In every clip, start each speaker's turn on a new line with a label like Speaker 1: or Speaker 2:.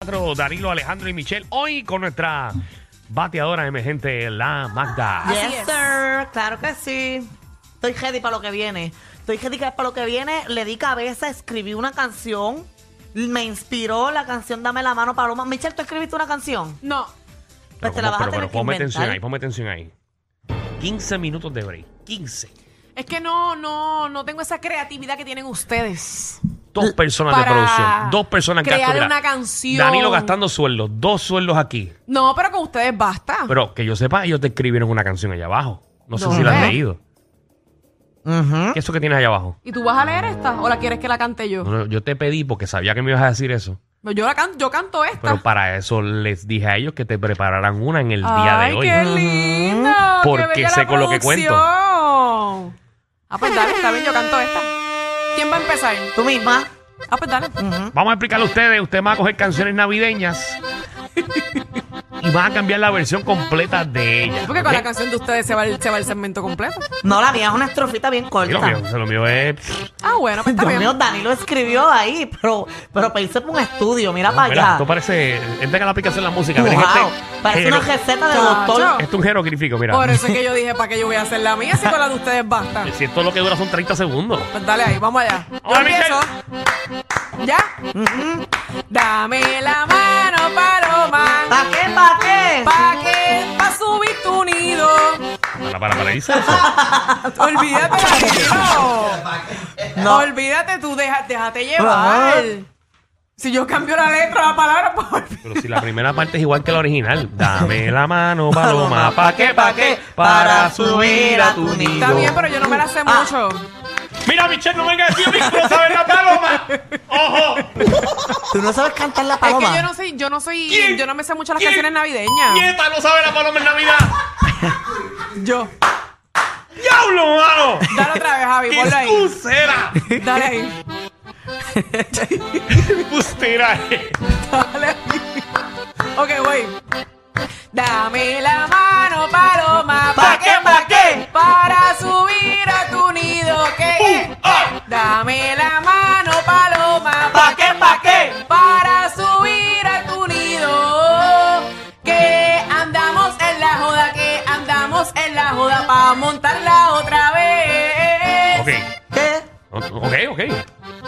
Speaker 1: Alejandro, Danilo, Alejandro y Michelle. Hoy con nuestra bateadora emergente, la Magda.
Speaker 2: Así
Speaker 3: Yes,
Speaker 2: es.
Speaker 3: sir. Claro que sí. Estoy ready para lo que viene. Estoy ready para lo que viene. Le di cabeza, escribí una canción. Me inspiró la canción Dame la mano, Paloma. Michelle, ¿tú escribiste una canción?
Speaker 2: No.
Speaker 3: Pues te
Speaker 1: cómo-
Speaker 3: la vas
Speaker 1: pero-
Speaker 3: a tener
Speaker 1: pero
Speaker 3: que
Speaker 1: ponme atención
Speaker 3: inventar.
Speaker 1: ahí, ponme atención ahí. 15 minutos de break. 15.
Speaker 2: Es que no, no, no tengo esa creatividad que tienen ustedes.
Speaker 1: Dos personas de
Speaker 2: para
Speaker 1: producción. Dos personas que
Speaker 2: crear
Speaker 1: gasto, mira,
Speaker 2: una canción.
Speaker 1: Danilo gastando sueldos. Dos sueldos aquí.
Speaker 2: No, pero con ustedes basta.
Speaker 1: Pero que yo sepa, ellos te escribieron una canción allá abajo. No sé
Speaker 2: No, ¿eh?
Speaker 1: si la
Speaker 2: no.
Speaker 1: has leído. ¿Qué es eso que tienes allá abajo?
Speaker 2: ¿Y tú vas a leer esta o la quieres que la cante yo?
Speaker 1: No, no, yo te pedí porque sabía que me ibas a decir eso.
Speaker 2: Yo la canto, yo canto esta.
Speaker 1: Pero para eso les dije a ellos que te prepararan una en el día
Speaker 2: Ay,
Speaker 1: de hoy.
Speaker 2: qué lindo.
Speaker 1: Porque
Speaker 2: qué bella
Speaker 1: sé
Speaker 2: la
Speaker 1: con lo que cuento.
Speaker 2: producción. Ah, pues dale, está bien, yo canto esta. ¿Quién va a empezar?
Speaker 3: Tú misma.
Speaker 2: Ah, pues dale.
Speaker 1: Vamos a explicarle a ustedes. Usted va a coger canciones navideñas y van a cambiar la versión completa de ellas.
Speaker 2: Porque con la
Speaker 1: ¿ok?
Speaker 2: canción de ustedes se va el, se va el segmento completo.
Speaker 3: No, la mía es una estrofita bien
Speaker 1: Sí, lo mío,
Speaker 3: corta.
Speaker 1: o sea, lo mío es. pff,
Speaker 2: Ah, bueno, pues está
Speaker 3: Dios
Speaker 2: bien.
Speaker 3: mío, Dani lo escribió ahí, pero, pero para irse por un estudio, mira para
Speaker 1: mira, esto
Speaker 3: allá.
Speaker 1: parece. Entra en la aplicación de la música.
Speaker 3: Wow,
Speaker 1: Miren este
Speaker 3: parece
Speaker 1: jero-
Speaker 3: una receta de
Speaker 2: Chacho.
Speaker 3: doctor.
Speaker 1: Esto es un jeroglífico, mira. Eh,
Speaker 2: Por eso es que yo dije, ¿para qué yo voy a hacer la mía si con la de ustedes basta?
Speaker 1: Si esto lo que dura son 30 segundos.
Speaker 2: Pues dale ahí, vamos allá. Yo
Speaker 1: Hola,
Speaker 2: empiezo. ¿Ya? Dame la mano, Paloma,
Speaker 3: ¿Para qué? ¿Para qué?
Speaker 2: pa' que pa' subir tu nido.
Speaker 1: Para, para, para, dice eso.
Speaker 2: Olvídate la no.
Speaker 3: No.
Speaker 2: Olvídate tú, deja- déjate llevar. Si yo cambio la letra, la palabra, pues por
Speaker 1: Pero si la primera parte es igual que la original. Dame la mano, paloma. ¿Pa' qué, pa' qué? Para subir a tu nido.
Speaker 2: Está bien, pero yo no me la sé
Speaker 3: Ah.
Speaker 2: mucho.
Speaker 1: Mira, Michelle, no venga a decir que sabes la paloma. ¡Ojo!
Speaker 3: ¿Tú no sabes cantar la
Speaker 2: Es
Speaker 3: paloma?
Speaker 2: que yo no soy, yo no soy,
Speaker 1: ¿Quién?
Speaker 2: yo no me sé mucho las
Speaker 1: ¿Quién?
Speaker 2: canciones navideñas.
Speaker 1: ¡Quieta, no sabe la paloma en Navidad!
Speaker 2: Yo.
Speaker 1: ¡Diablo, mano!
Speaker 2: Dale otra vez, Javi,
Speaker 1: ¡Qué
Speaker 2: ponlo ahí.
Speaker 1: sucera!
Speaker 2: Dale ahí.
Speaker 1: ¡Pustera!
Speaker 2: Dale ahí. Ok, güey. Dame la mano, paloma.
Speaker 1: ¿Pa' qué, pa' qué?
Speaker 2: Para subir a tu nido, que
Speaker 1: ¡Ah!
Speaker 2: Dame la mano, paloma.
Speaker 1: ¿Pa' qué, pa' qué?
Speaker 2: Para subir a tu nido. Que andamos en la joda, que andamos en la joda. Pa' montarla otra vez.
Speaker 1: Ok,
Speaker 3: ¿Qué?
Speaker 1: o- ok, ok.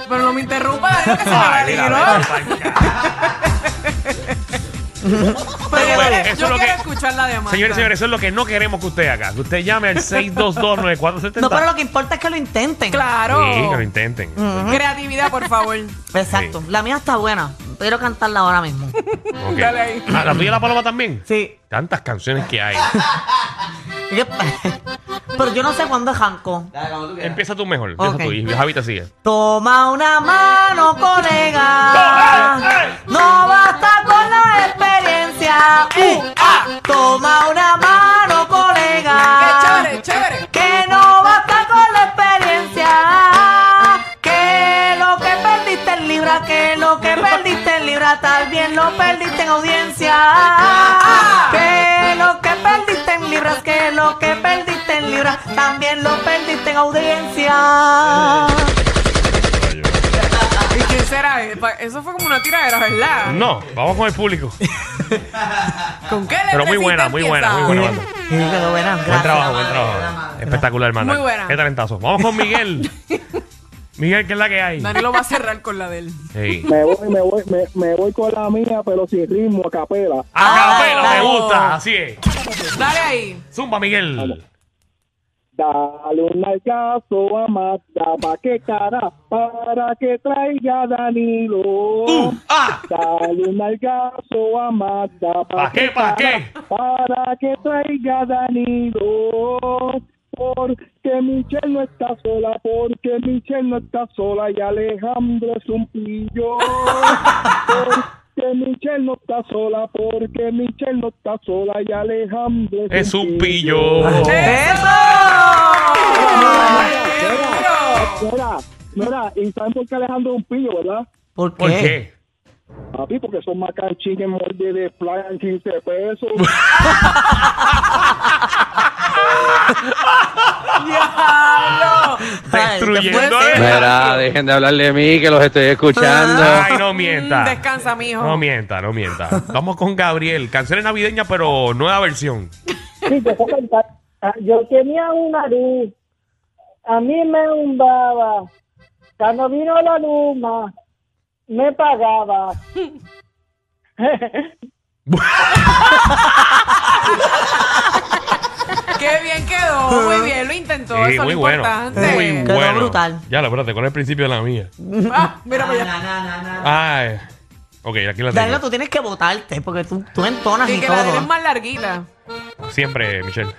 Speaker 2: Pero no me interrumpa, Danilo, que se me va
Speaker 1: Ay,
Speaker 2: el
Speaker 1: mira,
Speaker 2: hilo.
Speaker 1: mira, mira.
Speaker 2: Pero yo
Speaker 1: bueno,
Speaker 2: quiero-
Speaker 1: eso
Speaker 2: yo
Speaker 1: es lo que-
Speaker 2: quiero escuchar la demás.
Speaker 1: Señores, señores, eso es lo que no queremos que usted haga. Que usted llame al 622-9470.
Speaker 3: No, pero lo que importa es que lo intenten.
Speaker 1: Sí, que lo
Speaker 2: Claro. Mm,
Speaker 1: intenten.
Speaker 2: Creatividad, por favor.
Speaker 3: Exacto. La mía está buena. Quiero cantarla ahora mismo.
Speaker 1: Ok.
Speaker 2: Dale ahí.
Speaker 1: Ah, ¿La tuya y la paloma también?
Speaker 3: Sí.
Speaker 1: Tantas canciones que hay.
Speaker 3: Pero yo no sé cuándo es Hanco.
Speaker 1: Empieza tú mejor. Empieza
Speaker 3: Ok.
Speaker 1: tú. Y Javi te sigue.
Speaker 3: Toma una mano, colega. No basta con la experiencia. Uh, ah. Toma una mano,
Speaker 2: Qué
Speaker 3: colega.
Speaker 2: chévere, chévere.
Speaker 3: Que no basta con la experiencia. Que lo que perdiste en libra, que lo que perdiste en libra, también lo perdiste en audiencia. Que lo que perdiste en libras, que lo que perdiste en libras, también lo perdiste en audiencia.
Speaker 2: ¿Y quién será? Eh, pa- Eso fue como una tiradera, ¿verdad?
Speaker 1: No, vamos con el público.
Speaker 2: ¿Con qué
Speaker 1: Pero muy buena,
Speaker 2: letrecita
Speaker 1: muy
Speaker 2: empieza?
Speaker 1: buena, muy buena. banda.
Speaker 3: Quedó buena,
Speaker 1: Buen
Speaker 3: gracias.
Speaker 1: trabajo, buen trabajo. Espectacular, hermano.
Speaker 2: Muy buena.
Speaker 1: Qué talentazo. Vamos con Miguel. Miguel, ¿qué es la que hay?
Speaker 2: Danilo va a cerrar con la de él.
Speaker 1: Ey.
Speaker 4: Me voy, me voy, me, me voy con la mía, pero sin ritmo, a capela.
Speaker 1: A
Speaker 2: Ah,
Speaker 1: capela, me
Speaker 2: bravo.
Speaker 1: gusta. Así es.
Speaker 2: Dale ahí.
Speaker 1: Zumba, Miguel.
Speaker 4: Dale un largazo a Mazda, pa' que cara, para que traiga a Danilo.
Speaker 1: ¡Ah!
Speaker 4: Dale un largazo a Mazda,
Speaker 1: ¿Pa'
Speaker 4: pa'
Speaker 1: qué,
Speaker 4: que
Speaker 1: pa'
Speaker 4: cara,
Speaker 1: qué?
Speaker 4: para que traiga a Danilo. Porque Michelle no está sola, porque Michelle no está sola y Alejandro es un pillo. Porque Michelle no está sola, porque Michelle no está sola y Alejandro es,
Speaker 1: Es un pillo.
Speaker 2: ¡Qué duro!
Speaker 4: Mira, mira, y saben por qué Alejandro es un pillo, ¿verdad?
Speaker 3: ¿Por
Speaker 1: ¿Por qué?
Speaker 4: Papi, porque son macanchín que molde de playa en 15 pesos.
Speaker 2: ¡Diablo!
Speaker 1: Destruyendo.
Speaker 2: Ay, te fue-
Speaker 5: Mira, dejen de hablar de mí, que los estoy escuchando.
Speaker 1: Ay, no
Speaker 2: Mm,
Speaker 1: mienta.
Speaker 2: Descansa, mijo.
Speaker 1: No mienta, no mienta. Vamos con Gabriel. Canciones navideñas, pero nueva versión.
Speaker 6: Sí, yo, sé cantar. Ah, yo tenía una luz, a mí me hundaba, cuando vino la luma, me pagaba.
Speaker 2: Qué bien quedó. Muy bien, lo intentó.
Speaker 1: Sí,
Speaker 2: eso es
Speaker 1: muy
Speaker 2: lo
Speaker 1: bueno.
Speaker 2: importante.
Speaker 1: Muy
Speaker 3: Quedó
Speaker 1: bueno.
Speaker 3: brutal.
Speaker 1: Ya, lo espérate, con el principio de la mía.
Speaker 2: Ah, mira para allá.
Speaker 1: Ay. Ok, aquí la
Speaker 3: Danilo,
Speaker 1: tengo.
Speaker 3: tú tienes que votarte porque tú, tú entonas
Speaker 2: Y
Speaker 3: y
Speaker 2: que la
Speaker 3: todo.
Speaker 2: tienes más larguita.
Speaker 1: Siempre, Michelle.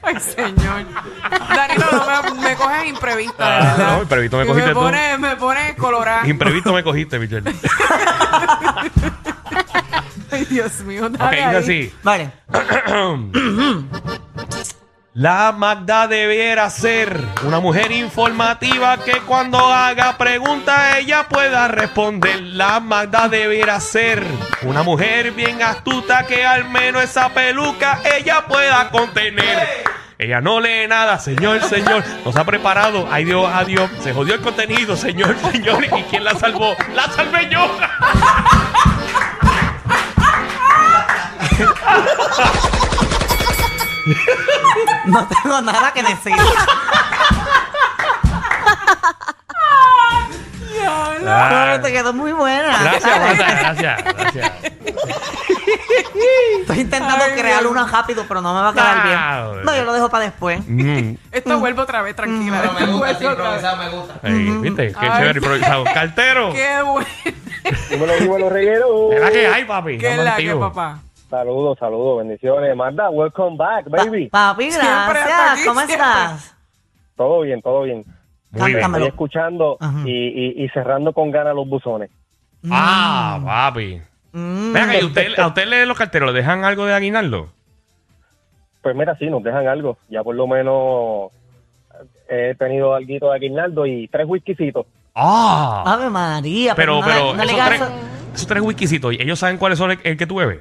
Speaker 2: Ay, señor. Danilo, no me, me coges imprevista, de
Speaker 1: Ah,
Speaker 2: verdad.
Speaker 1: no, imprevisto me
Speaker 2: Y
Speaker 1: cogiste
Speaker 2: me
Speaker 1: tú.
Speaker 2: Pones, me pones colorada.
Speaker 1: Imprevisto me cogiste, Michelle. ok,
Speaker 2: Ay, Dios mío, dale
Speaker 1: dice
Speaker 2: ahí.
Speaker 1: así.
Speaker 3: Vale.
Speaker 1: La Magda debiera ser una mujer informativa que cuando haga preguntas ella pueda responder. La Magda debiera ser una mujer bien astuta que al menos esa peluca ella pueda contener. Ella no lee nada, señor, señor. Nos ha preparado. Ay Dios, adiós. Se jodió el contenido, señor, señor. ¿Y quién la salvó? ¡La salvé yo!
Speaker 3: No tengo nada que decir. Pero te quedó muy buena.
Speaker 1: Ah. Gracias, Magda, gracias, gracias.
Speaker 3: Estoy intentando
Speaker 2: Ay,
Speaker 3: crear
Speaker 2: Dios.
Speaker 3: una rápido, pero no me va a quedar
Speaker 1: Ah,
Speaker 3: bien. No, yo lo dejo para después.
Speaker 1: Mm.
Speaker 2: Esto vuelve otra vez, tranquila. Esto vuelve otra vez.
Speaker 1: Ahí, ¿Viste? Qué
Speaker 2: Ay.
Speaker 1: chévere improvisado. ¡Cartero!
Speaker 2: Qué bueno.
Speaker 4: Dímelo, dímelo, reguero.
Speaker 1: ¿Verdad que hay, papi?
Speaker 2: Qué
Speaker 1: Estamos
Speaker 2: la que,
Speaker 1: activos.
Speaker 2: papá.
Speaker 4: Saludos, saludos, bendiciones. Magda, welcome back,
Speaker 3: Pa-
Speaker 4: baby.
Speaker 3: papi,
Speaker 2: Siempre hasta aquí,
Speaker 3: gracias. ¿Cómo
Speaker 2: siempre.
Speaker 3: estás?
Speaker 4: Todo bien, todo bien.
Speaker 1: Muy bien.
Speaker 3: Cántamelo.
Speaker 4: Estoy escuchando
Speaker 3: Ajá.
Speaker 4: y, y- y cerrando con ganas los buzones.
Speaker 1: Ah, papi.
Speaker 3: Mm.
Speaker 1: Venga, ¿y usted, a usted le los carteros le dejan algo de aguinaldo?
Speaker 4: Pues mira, sí, nos dejan algo. Ya por lo menos he tenido algo de aguinaldo y tres whiskycitos.
Speaker 1: Ah.
Speaker 3: Ave María,
Speaker 1: pero,
Speaker 3: no,
Speaker 1: pero,
Speaker 3: no le
Speaker 1: esos, tres,
Speaker 3: gasto-
Speaker 1: esos tres whiskycitos, ¿y ¿ellos saben cuáles son el, el que tú bebes?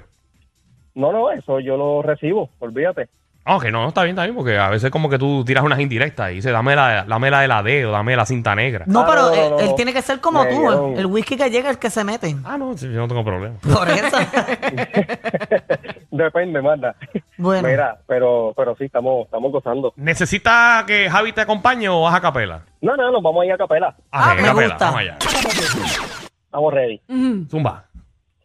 Speaker 4: No, no, eso yo lo recibo, olvídate.
Speaker 1: Ah, que no, está bien, está bien, porque a veces como que tú tiras unas indirectas y dices, dame la, dame la de la D o dame la cinta negra.
Speaker 3: No,
Speaker 4: Ah,
Speaker 3: pero
Speaker 4: no, no,
Speaker 3: él,
Speaker 4: no,
Speaker 3: él
Speaker 4: no.
Speaker 3: tiene que ser como
Speaker 4: Me
Speaker 3: tú.
Speaker 4: dieron-
Speaker 3: El whisky que llega es el que se mete.
Speaker 1: Ah, no, sí, yo no tengo problema.
Speaker 3: Por eso.
Speaker 4: Depende, manda.
Speaker 3: bueno.
Speaker 4: Mira, pero pero sí, estamos estamos gozando.
Speaker 1: ¿Necesita que Javi te acompañe o vas a capela?
Speaker 4: No, no, nos vamos a ir a capela.
Speaker 3: Ah,
Speaker 1: ok,
Speaker 3: me
Speaker 1: capela,
Speaker 3: gusta.
Speaker 1: vamos allá.
Speaker 4: Estamos ready.
Speaker 1: Zumba.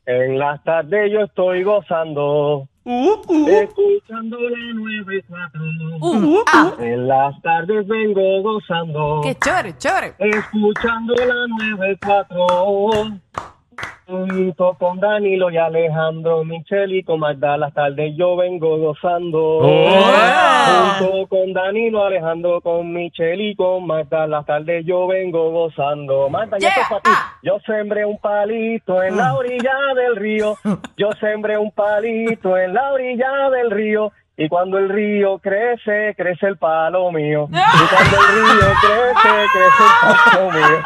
Speaker 4: En las tardes yo estoy gozando,
Speaker 1: Uh, uh,
Speaker 4: escuchando la 94.
Speaker 1: uh.
Speaker 4: En las tardes vengo gozando,
Speaker 2: Qué chévere, chévere.
Speaker 4: escuchando la 94. Junto con Danilo y Alejandro, Michel y con Magda, las tardes yo vengo gozando.
Speaker 1: Oh.
Speaker 4: Junto con Danilo, Alejandro, con Michel y con Marta, las tardes yo vengo gozando. Marta,
Speaker 2: Yeah,
Speaker 4: ya para ti.
Speaker 2: ah.
Speaker 4: Yo sembré un palito en la orilla del río. Yo sembré un palito en la orilla del río. Y cuando el río crece, crece el palo mío. Y cuando el río crece, crece el palo mío.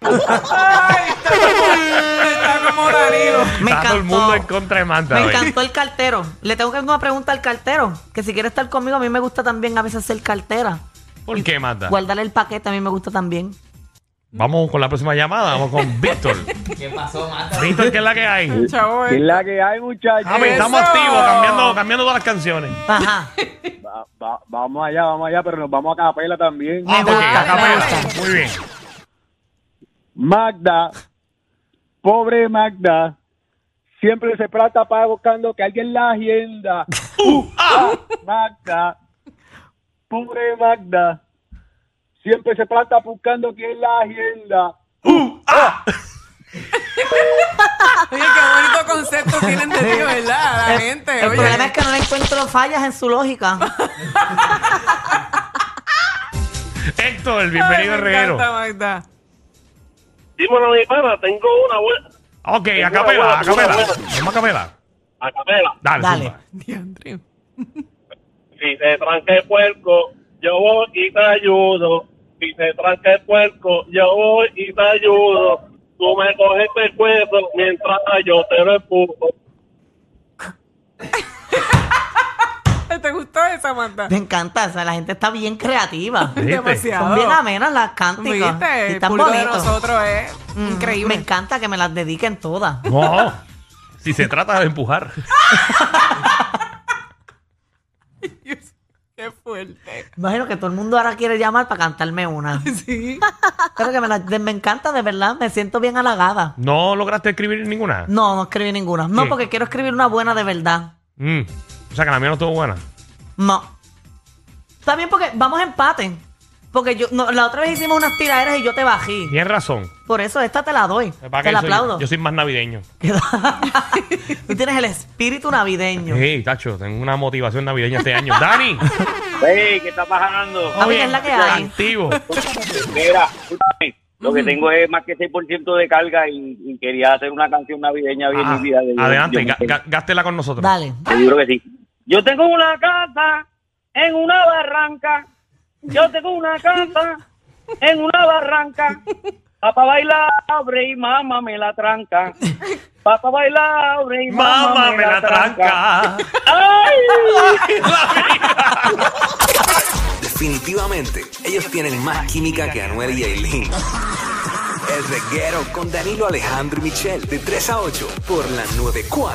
Speaker 2: Ay, está como, está como Danilo.
Speaker 3: Me
Speaker 1: está todo el
Speaker 3: encantó.
Speaker 1: mundo en contra de Manta.
Speaker 3: Me
Speaker 1: hoy.
Speaker 3: encantó el cartero. Le tengo que hacer una pregunta al cartero. Que si quiere estar conmigo, a mí me gusta también a veces ser cartera.
Speaker 1: ¿Por qué, Manta?
Speaker 3: Guardarle el paquete a mí me gusta también.
Speaker 1: Vamos con la próxima llamada, vamos con Víctor.
Speaker 7: ¿Qué pasó, Mata?
Speaker 1: Víctor, ¿qué es la que hay?
Speaker 2: Chavo,
Speaker 4: Y
Speaker 2: eh.
Speaker 4: la que hay, muchachos.
Speaker 1: Javi, estamos
Speaker 2: Eso.
Speaker 1: activos, cambiando, cambiando todas las canciones.
Speaker 3: Ajá.
Speaker 4: Va- va- vamos allá, vamos allá, pero nos vamos a capela también.
Speaker 1: Ah, ok,
Speaker 3: gusta,
Speaker 1: acá
Speaker 2: me
Speaker 1: me
Speaker 2: gusta.
Speaker 1: gusta. Muy bien.
Speaker 4: Magda, pobre Magda, siempre se trata para buscando que alguien la agenda. Uh, ah. Magda, pobre Magda, siempre se trata buscando quien la agenda.
Speaker 2: Oye, qué bonito concepto tienen de ti, ¿verdad?
Speaker 3: Eh,
Speaker 2: La gente.
Speaker 3: El
Speaker 2: oye.
Speaker 3: problema es que no le encuentro fallas en su lógica.
Speaker 1: Héctor,
Speaker 2: Ay,
Speaker 1: bienvenido
Speaker 2: me
Speaker 1: Herrero.
Speaker 2: encanta, Magda.
Speaker 8: Dímelo, mi pana, tengo una buena.
Speaker 1: Ok, a
Speaker 8: buena,
Speaker 1: capela, a capela.
Speaker 8: buena,
Speaker 1: Vamos a capela.
Speaker 8: A capela.
Speaker 1: Dale,
Speaker 3: Dale.
Speaker 1: zumba.
Speaker 2: Diantre.
Speaker 8: Si se tranca el puerco, yo voy y te ayudo. Si se tranca el puerco, yo voy y te ayudo. Tú me coges el cuerpo mientras yo te lo empujo.
Speaker 2: Eh, ¿Te gustó esa, Magda?
Speaker 3: Me encanta, o sea, la gente está bien creativa.
Speaker 1: ¿Viste?
Speaker 2: Demasiado.
Speaker 3: Son bien amenas las cánticas.
Speaker 2: ¿Viste?
Speaker 3: Y
Speaker 2: El
Speaker 3: están
Speaker 2: público de
Speaker 3: bonitos.
Speaker 2: nosotros es
Speaker 3: Mm,
Speaker 2: increíble.
Speaker 3: Me encanta que me las dediquen todas.
Speaker 1: No. Si se trata de empujar.
Speaker 2: Dios, Qué fuerte.
Speaker 3: Imagino que todo el mundo ahora quiere llamar para cantarme una.
Speaker 2: Sí.
Speaker 3: Pero que me, las- de- me encanta, de verdad, me siento bien halagada.
Speaker 1: No lograste escribir ninguna.
Speaker 3: No, no escribí ninguna. No,
Speaker 1: ¿Qué?
Speaker 3: porque quiero escribir una buena de verdad.
Speaker 1: Mm. O sea que la mía no estuvo buena.
Speaker 3: No. También porque vamos a empate. Porque yo no, la otra vez hicimos unas tiraderas y yo te bajé.
Speaker 1: Tienes razón.
Speaker 3: Por eso esta te la doy.
Speaker 1: Es para
Speaker 3: Te
Speaker 1: que
Speaker 3: la
Speaker 1: yo soy-
Speaker 3: aplaudo.
Speaker 1: yo soy más navideño.
Speaker 3: Tú tienes el espíritu navideño.
Speaker 1: Sí, tacho, tengo una motivación navideña este año. ¡Dani!
Speaker 8: Ey, ¿qué está pasando?
Speaker 3: Papi, ¿qué Ah, es la que hay?
Speaker 1: Activo.
Speaker 8: Mira, lo que tengo es más que 6% de carga y, y quería hacer una canción navideña bien
Speaker 1: Ah,
Speaker 8: vivida. de-
Speaker 1: adelante,
Speaker 8: yo-
Speaker 1: ga- ga- gástela con nosotros.
Speaker 3: Dale.
Speaker 8: Seguro que sí. Yo tengo una casa en una barranca. Yo tengo una casa en una barranca. Papá baila, abre y mamá me la tranca. Papá baila, abre y mamá,
Speaker 1: Mamá, me la tranca.
Speaker 8: ¡Ay!
Speaker 7: Definitivamente, ellos tienen más química que Anuel y Aileen. El reguero con Danilo Alejandro y Michel, de 3 a 8, por la 94.